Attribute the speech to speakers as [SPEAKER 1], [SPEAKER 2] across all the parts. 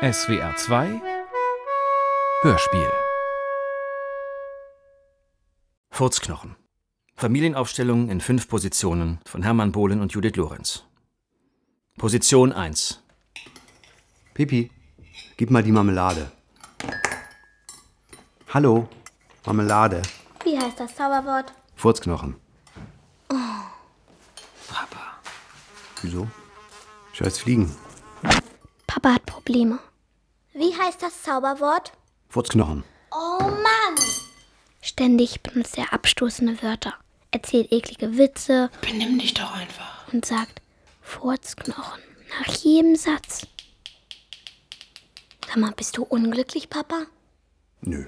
[SPEAKER 1] SWR 2 Hörspiel
[SPEAKER 2] Furzknochen. Familienaufstellung in fünf Positionen von Hermann Bohlen und Judith Lorenz. Position 1.
[SPEAKER 3] Pipi, gib mal die Marmelade. Hallo, Marmelade.
[SPEAKER 4] Wie heißt das Zauberwort?
[SPEAKER 3] Furzknochen. Wieso? Scheiß Fliegen.
[SPEAKER 5] Papa hat Probleme.
[SPEAKER 4] Wie heißt das Zauberwort?
[SPEAKER 3] Furzknochen.
[SPEAKER 4] Oh Mann!
[SPEAKER 5] Ständig benutzt er abstoßende Wörter, erzählt eklige Witze
[SPEAKER 6] Benimm dich doch einfach.
[SPEAKER 5] und sagt Furzknochen nach jedem Satz.
[SPEAKER 4] Sag mal, bist du unglücklich, Papa?
[SPEAKER 3] Nö.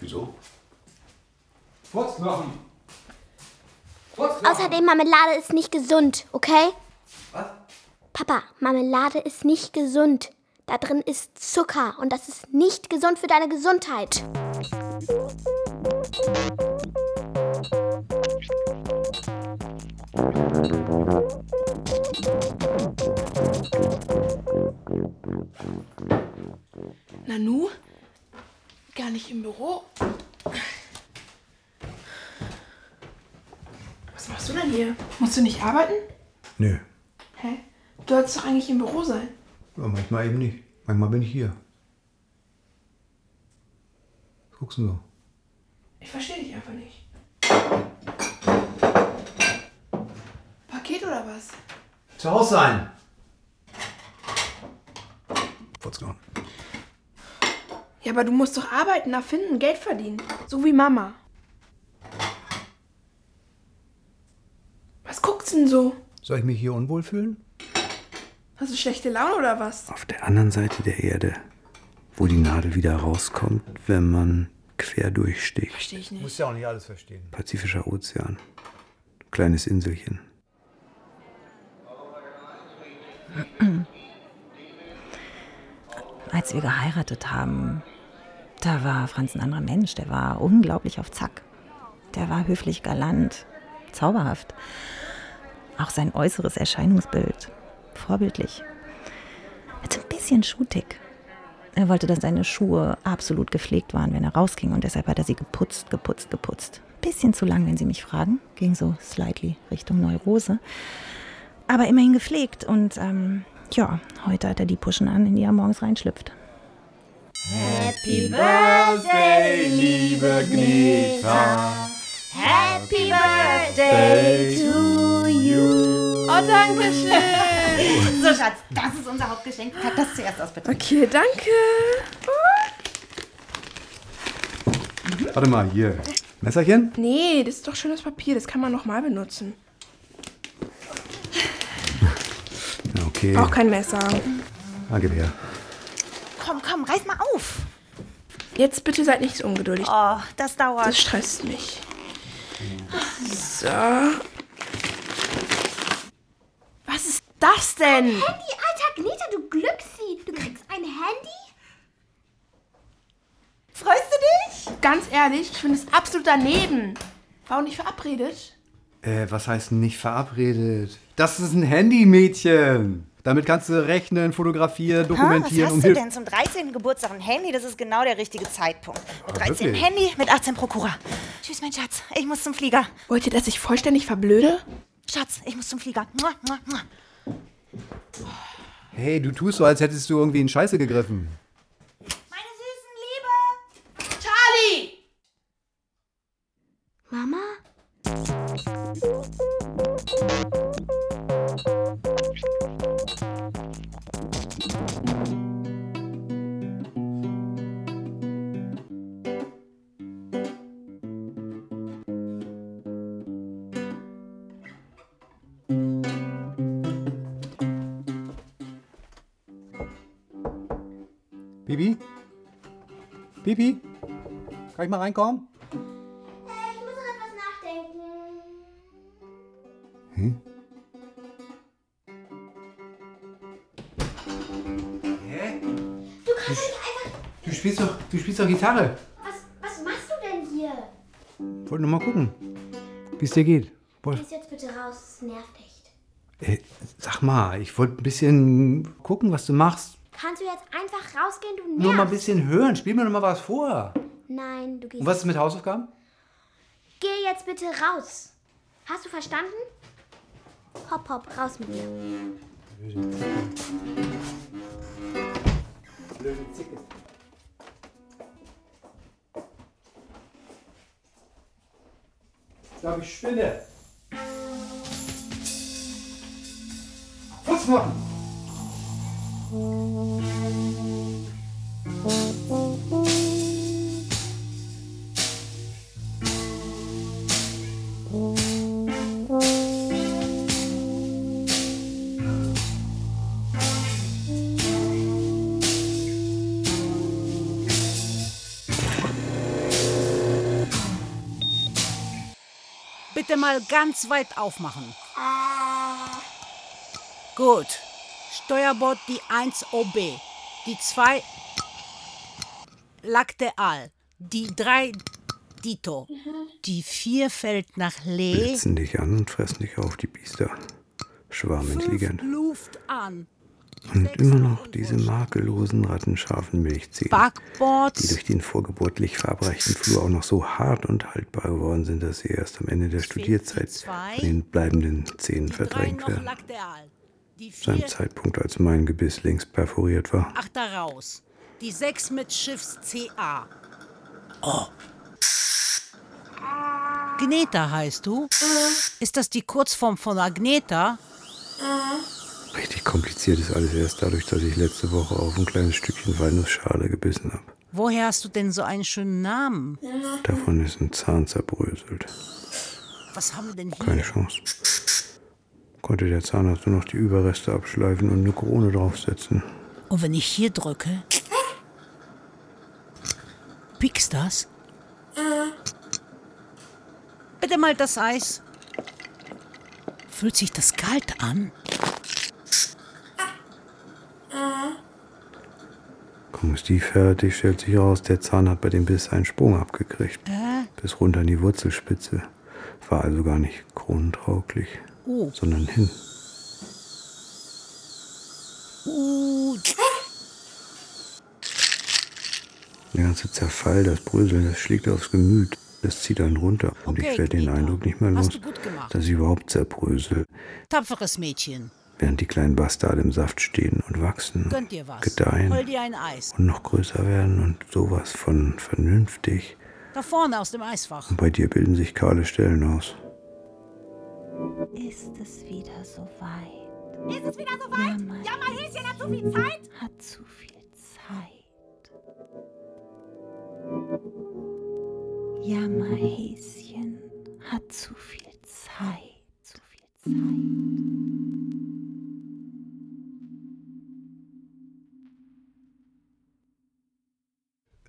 [SPEAKER 3] Wieso?
[SPEAKER 4] Außerdem, Marmelade ist nicht gesund, okay? Was? Papa, Marmelade ist nicht gesund. Da drin ist Zucker und das ist nicht gesund für deine Gesundheit.
[SPEAKER 6] Nanu? Gar nicht im Büro. Was machst du denn hier? Musst du nicht arbeiten?
[SPEAKER 3] Nö.
[SPEAKER 6] Hä? Du sollst doch eigentlich im Büro sein.
[SPEAKER 3] manchmal eben nicht. Manchmal bin ich hier. Was guckst du so?
[SPEAKER 6] Ich verstehe dich einfach nicht. Paket oder was?
[SPEAKER 3] Zu Hause sein. Furzknochen.
[SPEAKER 6] Ja, aber du musst doch arbeiten, erfinden, Geld verdienen. So wie Mama. Was guckst denn so?
[SPEAKER 3] Soll ich mich hier unwohl fühlen?
[SPEAKER 6] Hast du schlechte Laune oder was?
[SPEAKER 3] Auf der anderen Seite der Erde, wo die Nadel wieder rauskommt, wenn man quer durchsticht.
[SPEAKER 6] Verstehe ich nicht.
[SPEAKER 7] Muss ja auch nicht alles verstehen.
[SPEAKER 3] Pazifischer Ozean. Kleines Inselchen.
[SPEAKER 8] Als wir geheiratet haben, da war Franz ein anderer Mensch, der war unglaublich auf Zack. Der war höflich galant, zauberhaft. Auch sein äußeres Erscheinungsbild, vorbildlich. Jetzt ein bisschen schutig. Er wollte, dass seine Schuhe absolut gepflegt waren, wenn er rausging und deshalb hat er sie geputzt, geputzt, geputzt. Bisschen zu lang, wenn Sie mich fragen. Ging so slightly Richtung Neurose. Aber immerhin gepflegt und ähm, ja, heute hat er die Puschen an, in die er morgens reinschlüpft.
[SPEAKER 6] Oh, danke schön.
[SPEAKER 8] So, Schatz, das ist unser Hauptgeschenk. Pack das zuerst aus, bitte.
[SPEAKER 6] Okay, danke.
[SPEAKER 3] Warte mal, hier. Messerchen?
[SPEAKER 6] Nee, das ist doch schönes Papier, das kann man nochmal benutzen.
[SPEAKER 3] Ja, Okay. Ah,
[SPEAKER 6] Braucht kein Messer.
[SPEAKER 3] Danke dir.
[SPEAKER 8] Komm, komm, reiß mal auf.
[SPEAKER 6] Jetzt bitte seid nicht so ungeduldig.
[SPEAKER 8] Oh, das dauert.
[SPEAKER 6] Das stresst mich. So. Was ist das denn?
[SPEAKER 4] Handy, alter Gnete, du Glücksi! Du kriegst ein Handy?
[SPEAKER 6] Freust du dich? Ganz ehrlich, ich finde es absolut daneben. War auch nicht verabredet.
[SPEAKER 3] Äh, was heißt nicht verabredet? Das ist ein Handy-Mädchen. Damit kannst du rechnen, fotografieren, dokumentieren.
[SPEAKER 9] Ah, Was hast du denn zum 13. Geburtstag ein Handy? Das ist genau der richtige Zeitpunkt. Mit 13
[SPEAKER 3] wirklich?
[SPEAKER 9] Handy, mit 18 Prokura. Tschüss, mein Schatz. Ich muss zum Flieger.
[SPEAKER 6] Wollt ihr, dass ich vollständig verblöde?
[SPEAKER 9] Schatz, ich muss zum Flieger. Mua, mua, mua.
[SPEAKER 3] Hey, du tust so, als hättest du irgendwie in Scheiße gegriffen.
[SPEAKER 9] Meine süßen Liebe.
[SPEAKER 4] Mama?
[SPEAKER 3] Bibi? Bibi? Kann ich mal reinkommen?
[SPEAKER 4] Ich muss noch etwas nachdenken.
[SPEAKER 10] Hm?
[SPEAKER 3] Du spielst doch, du spielst doch Gitarre.
[SPEAKER 4] Was, was machst du denn hier?
[SPEAKER 3] Wollte nur mal gucken, wie es dir geht. Wolf.
[SPEAKER 4] Gehst jetzt bitte raus, es nervt echt.
[SPEAKER 3] Äh, sag mal, ich wollte ein bisschen gucken, was du machst.
[SPEAKER 4] Kannst du jetzt einfach rausgehen, du
[SPEAKER 10] Nur mal ein
[SPEAKER 4] nervst?
[SPEAKER 10] bisschen hören. Spiel mir noch mal was vor.
[SPEAKER 4] Nein, du gehst.
[SPEAKER 10] Und was ist mit Hausaufgaben?
[SPEAKER 4] Geh jetzt bitte raus. Hast du verstanden? Hopp, hopp, raus mit dir.
[SPEAKER 10] Ich glaube, ich spinne. Fußknochen!
[SPEAKER 7] Bitte mal ganz weit aufmachen. Gut. Steuerbord die 1 OB, die 2 Lacteal, die 3 Dito, die 4 fällt nach Lee,
[SPEAKER 3] Blitzen dich an und fressen dich auf die Biester.
[SPEAKER 7] 5
[SPEAKER 3] Schwarmintelligent.
[SPEAKER 7] Luft an,
[SPEAKER 3] Und immer noch diese makellosen, rattenscharfen Milchzähne, die
[SPEAKER 7] Backboards,
[SPEAKER 3] durch den vorgeburtlich verabreichten Flur auch noch so hart und haltbar geworden sind, dass sie erst am Ende der Studierzeit
[SPEAKER 7] zwei,
[SPEAKER 3] von den bleibenden Zähnen
[SPEAKER 7] die 3
[SPEAKER 3] verdrängt
[SPEAKER 7] noch
[SPEAKER 3] werden.
[SPEAKER 7] Lacteal, die
[SPEAKER 3] Zu einem
[SPEAKER 7] 4
[SPEAKER 3] Zeitpunkt, als mein Gebiss längst perforiert war.
[SPEAKER 7] Achter raus, die 6 mit Schiffs CA. Oh. Gneta heißt du? Ist das die Kurzform von Agneta?
[SPEAKER 3] Richtig kompliziert ist alles erst dadurch, dass ich letzte Woche auf ein kleines Stückchen Walnussschale gebissen habe.
[SPEAKER 7] Woher hast du denn so einen schönen Namen?
[SPEAKER 3] Davon ist ein Zahn zerbröselt.
[SPEAKER 7] Was haben wir denn
[SPEAKER 3] Keine
[SPEAKER 7] hier?
[SPEAKER 3] Chance. Konnte der Zahnarzt nur noch die Überreste abschleifen und eine Krone draufsetzen.
[SPEAKER 7] Und wenn ich hier drücke. Piekst das? Bitte mal das Eis. Fühlt sich das kalt an?
[SPEAKER 3] Kaum ist die fertig, stellt sich heraus, der Zahn hat bei dem Biss einen Sprung abgekriegt. Bis runter an die Wurzelspitze. War also gar nicht kronentauglich,
[SPEAKER 7] Oh.
[SPEAKER 3] sondern hin.
[SPEAKER 7] Uh,
[SPEAKER 3] Der ganze Zerfall, das Bröseln, das schlägt aufs Gemüt. Das zieht einen runter. Und
[SPEAKER 7] Okay,
[SPEAKER 3] ich werde den
[SPEAKER 7] Gneta.
[SPEAKER 3] Eindruck nicht mehr
[SPEAKER 7] Hast
[SPEAKER 3] los,
[SPEAKER 7] du gut gemacht.
[SPEAKER 3] dass ich überhaupt zerbrösel.
[SPEAKER 7] tapferes Mädchen.
[SPEAKER 3] Während die kleinen Bastarde im Saft stehen und wachsen,
[SPEAKER 7] Gönn dir was.
[SPEAKER 3] gedeihen
[SPEAKER 7] Hol dir ein Eis.
[SPEAKER 3] und noch größer werden und sowas von vernünftig.
[SPEAKER 7] Da vorne aus dem Eisfach.
[SPEAKER 3] Und bei dir bilden sich kahle Stellen aus.
[SPEAKER 8] Ist es wieder so weit?
[SPEAKER 11] Ist es wieder soweit? Ja, mal Häschen hat so viel Zeit.
[SPEAKER 8] Hat zu viel Zeit. Jammerhäschen hat zu viel Zeit. Zu viel Zeit.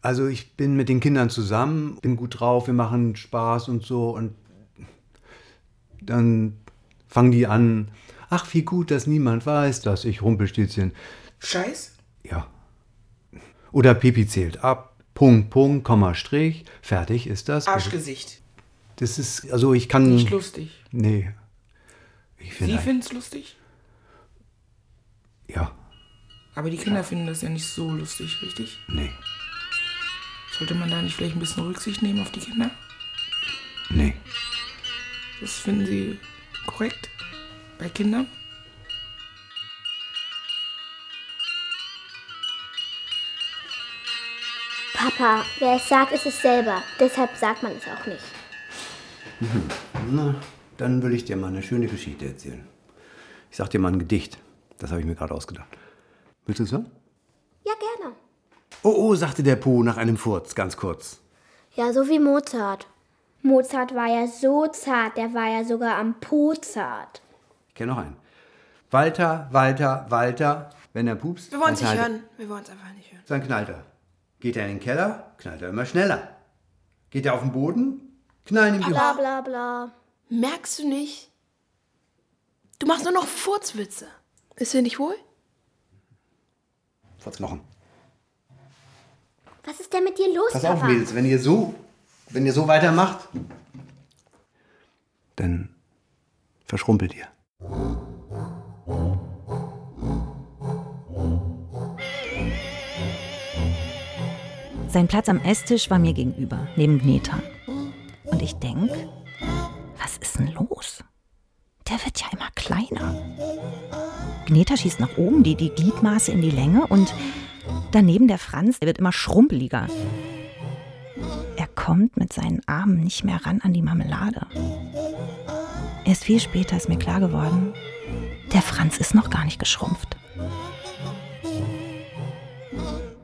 [SPEAKER 10] Also ich bin mit den Kindern zusammen, bin gut drauf, wir machen Spaß und so und dann fangen die an. Ach, wie gut, dass niemand weiß, dass ich Rumpelstilzchen.
[SPEAKER 12] Scheiß?
[SPEAKER 10] Ja. Oder Pipi zählt ab. Punkt, Punkt, Komma, Strich. Fertig ist das.
[SPEAKER 12] Arschgesicht.
[SPEAKER 10] Das ist, also ich kann.
[SPEAKER 3] Mhm.
[SPEAKER 12] Nicht lustig.
[SPEAKER 10] Nee. Ich
[SPEAKER 12] Sie
[SPEAKER 10] finde.
[SPEAKER 12] finden es lustig,
[SPEAKER 10] Ja,
[SPEAKER 12] aber die Kinder finden das ja nicht so lustig, richtig?
[SPEAKER 10] nee,
[SPEAKER 12] Sollte man da nicht vielleicht ein bisschen Rücksicht nehmen auf die Kinder?
[SPEAKER 10] nee.
[SPEAKER 12] Das finden Sie korrekt bei Kindern?
[SPEAKER 4] Papa, wer es sagt, ist es selber. Deshalb sagt man es auch nicht.
[SPEAKER 10] Na, dann will ich dir mal eine schöne Geschichte erzählen. Ich sag dir mal ein Gedicht. Das habe ich mir gerade ausgedacht. Willst du es hören?
[SPEAKER 4] Ja, gerne.
[SPEAKER 10] Oh, oh, sagte der Po nach einem Furz, ganz kurz.
[SPEAKER 4] Ja, so wie Mozart. Mozart war ja so zart, der war ja sogar am Po zart.
[SPEAKER 10] Ich kenne noch einen. Walter, Walter, Walter, wenn er pupst,
[SPEAKER 12] Wir wollen es
[SPEAKER 10] dann
[SPEAKER 12] nicht
[SPEAKER 10] knallt er.
[SPEAKER 12] hören. Wir wollen es einfach nicht hören.
[SPEAKER 10] Dann knallt er. Geht er in den Keller, knallt er immer schneller. Geht er auf den Boden, knallen ihm die
[SPEAKER 4] Bla
[SPEAKER 10] Hose.
[SPEAKER 4] bla bla.
[SPEAKER 6] Merkst du nicht? Du machst nur noch Furzwitze. Ist dir nicht wohl?
[SPEAKER 10] Furzknochen.
[SPEAKER 4] Was ist denn mit dir los,
[SPEAKER 10] Pass auf,
[SPEAKER 4] Papa?
[SPEAKER 10] Mädels, wenn ihr so, wenn ihr so weitermacht, dann verschrumpelt ihr.
[SPEAKER 8] Sein Platz am Esstisch war mir gegenüber, neben Gneta. Und ich denk, was ist denn los? Der wird ja immer kleiner. Gneta schießt nach oben, die, die Gliedmaße in die Länge und daneben der Franz, der wird immer schrumpeliger. Er kommt mit seinen Armen nicht mehr ran an die Marmelade. Erst viel später ist mir klar geworden, der Franz ist noch gar nicht geschrumpft.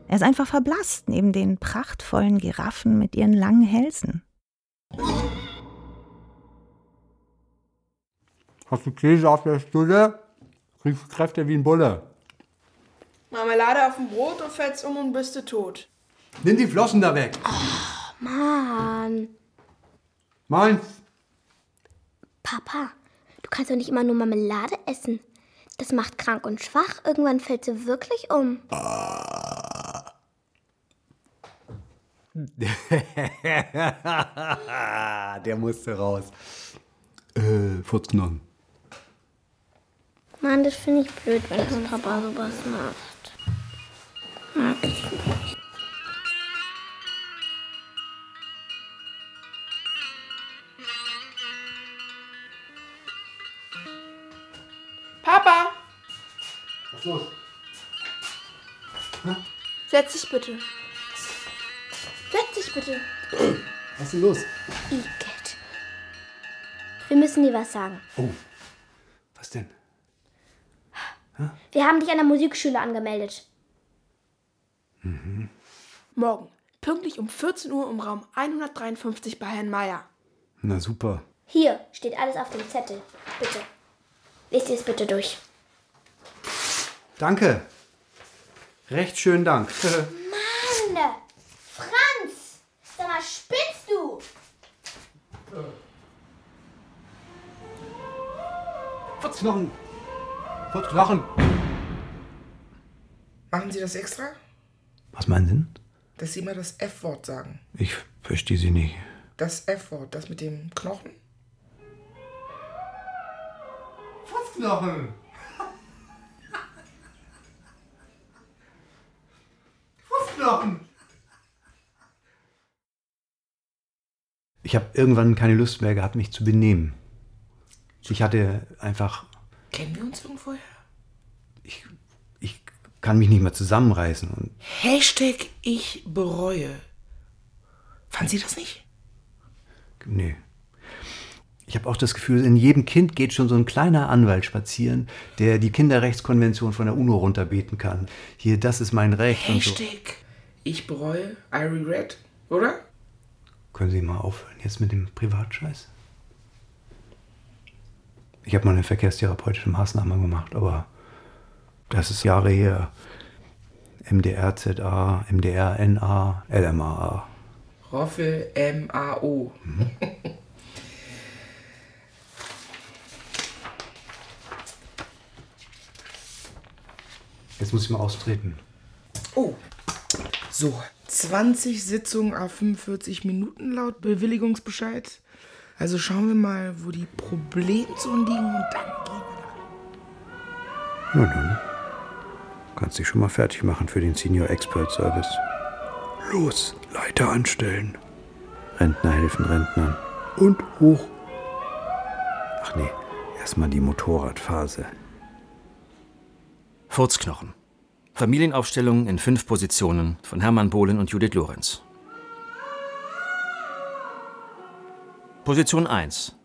[SPEAKER 8] Er ist einfach verblasst neben den prachtvollen Giraffen mit ihren langen Hälsen.
[SPEAKER 3] Hast du Käse auf der Stulle? Kriegst du Kräfte wie ein Bulle.
[SPEAKER 13] Marmelade auf dem Brot und fällst um und bist du tot.
[SPEAKER 3] Nimm die Flossen da weg.
[SPEAKER 4] Mann.
[SPEAKER 3] Meins.
[SPEAKER 4] Papa, du kannst doch nicht immer nur Marmelade essen. Das macht krank und schwach. Irgendwann fällt sie wirklich um.
[SPEAKER 3] Ah, der musste raus. Äh, Furzknochen.
[SPEAKER 5] Mann, das finde ich blöd, wenn Papa sowas macht. Mag ich nicht.
[SPEAKER 13] Papa,
[SPEAKER 3] Was ist los?
[SPEAKER 13] setz dich bitte. Setz dich bitte.
[SPEAKER 3] Was ist denn los?
[SPEAKER 4] Igitt. Wir müssen dir was sagen.
[SPEAKER 3] Oh. Was denn?
[SPEAKER 4] Wir haben dich an der Musikschule angemeldet.
[SPEAKER 13] Morgen, pünktlich um 14 Uhr im Raum 153 bei Herrn Meier.
[SPEAKER 3] Na super.
[SPEAKER 4] Hier steht alles auf dem Zettel. Bitte. Lest dir es bitte durch.
[SPEAKER 3] Danke. Recht schönen Dank.
[SPEAKER 4] Mann! Franz! Sag mal, spinnst du?
[SPEAKER 3] Furzknochen. Furzknochen.
[SPEAKER 12] Machen Sie das extra?
[SPEAKER 14] Was meinen Sie?
[SPEAKER 12] Dass Sie immer das F-Wort sagen.
[SPEAKER 14] Ich verstehe Sie nicht.
[SPEAKER 12] Das F-Wort, das mit dem Knochen.
[SPEAKER 3] Furzknochen. Fußknochen. Ich habe irgendwann keine Lust mehr gehabt, mich zu benehmen. Ich hatte einfach,
[SPEAKER 12] Kennen wir uns irgendwoher?
[SPEAKER 3] kann mich nicht mehr zusammenreißen. Und
[SPEAKER 12] Hashtag ich bereue. Fanden Sie das nicht?
[SPEAKER 3] Nee. Ich habe auch das Gefühl, in jedem Kind geht schon so ein kleiner Anwalt spazieren, der die Kinderrechtskonvention von der UNO runterbeten kann. Hier, das ist mein Recht und so.
[SPEAKER 12] Hashtag ich bereue, I regret, oder?
[SPEAKER 14] Können Sie mal aufhören jetzt mit dem Privatscheiß? Ich habe mal eine verkehrstherapeutische Maßnahme gemacht, aber das ist Jahre her. MDRZA, MDRNA, LMAA.
[SPEAKER 12] Roffel M-A-O.
[SPEAKER 14] Jetzt muss ich mal austreten.
[SPEAKER 12] Oh. So, 20 Sitzungen auf 45 Minuten laut Bewilligungsbescheid. Also schauen wir mal, wo die Problemzonen liegen und dann.
[SPEAKER 14] Na dann. Kannst dich schon mal fertig machen für den Senior Expert Service. Los, Leiter anstellen. Rentner helfen Rentnern. Und hoch. Ach nee, erstmal die Motorradphase.
[SPEAKER 2] Furzknochen. Familienaufstellung in fünf Positionen von Hermann Bohlen und Judith Lorenz. Position 1.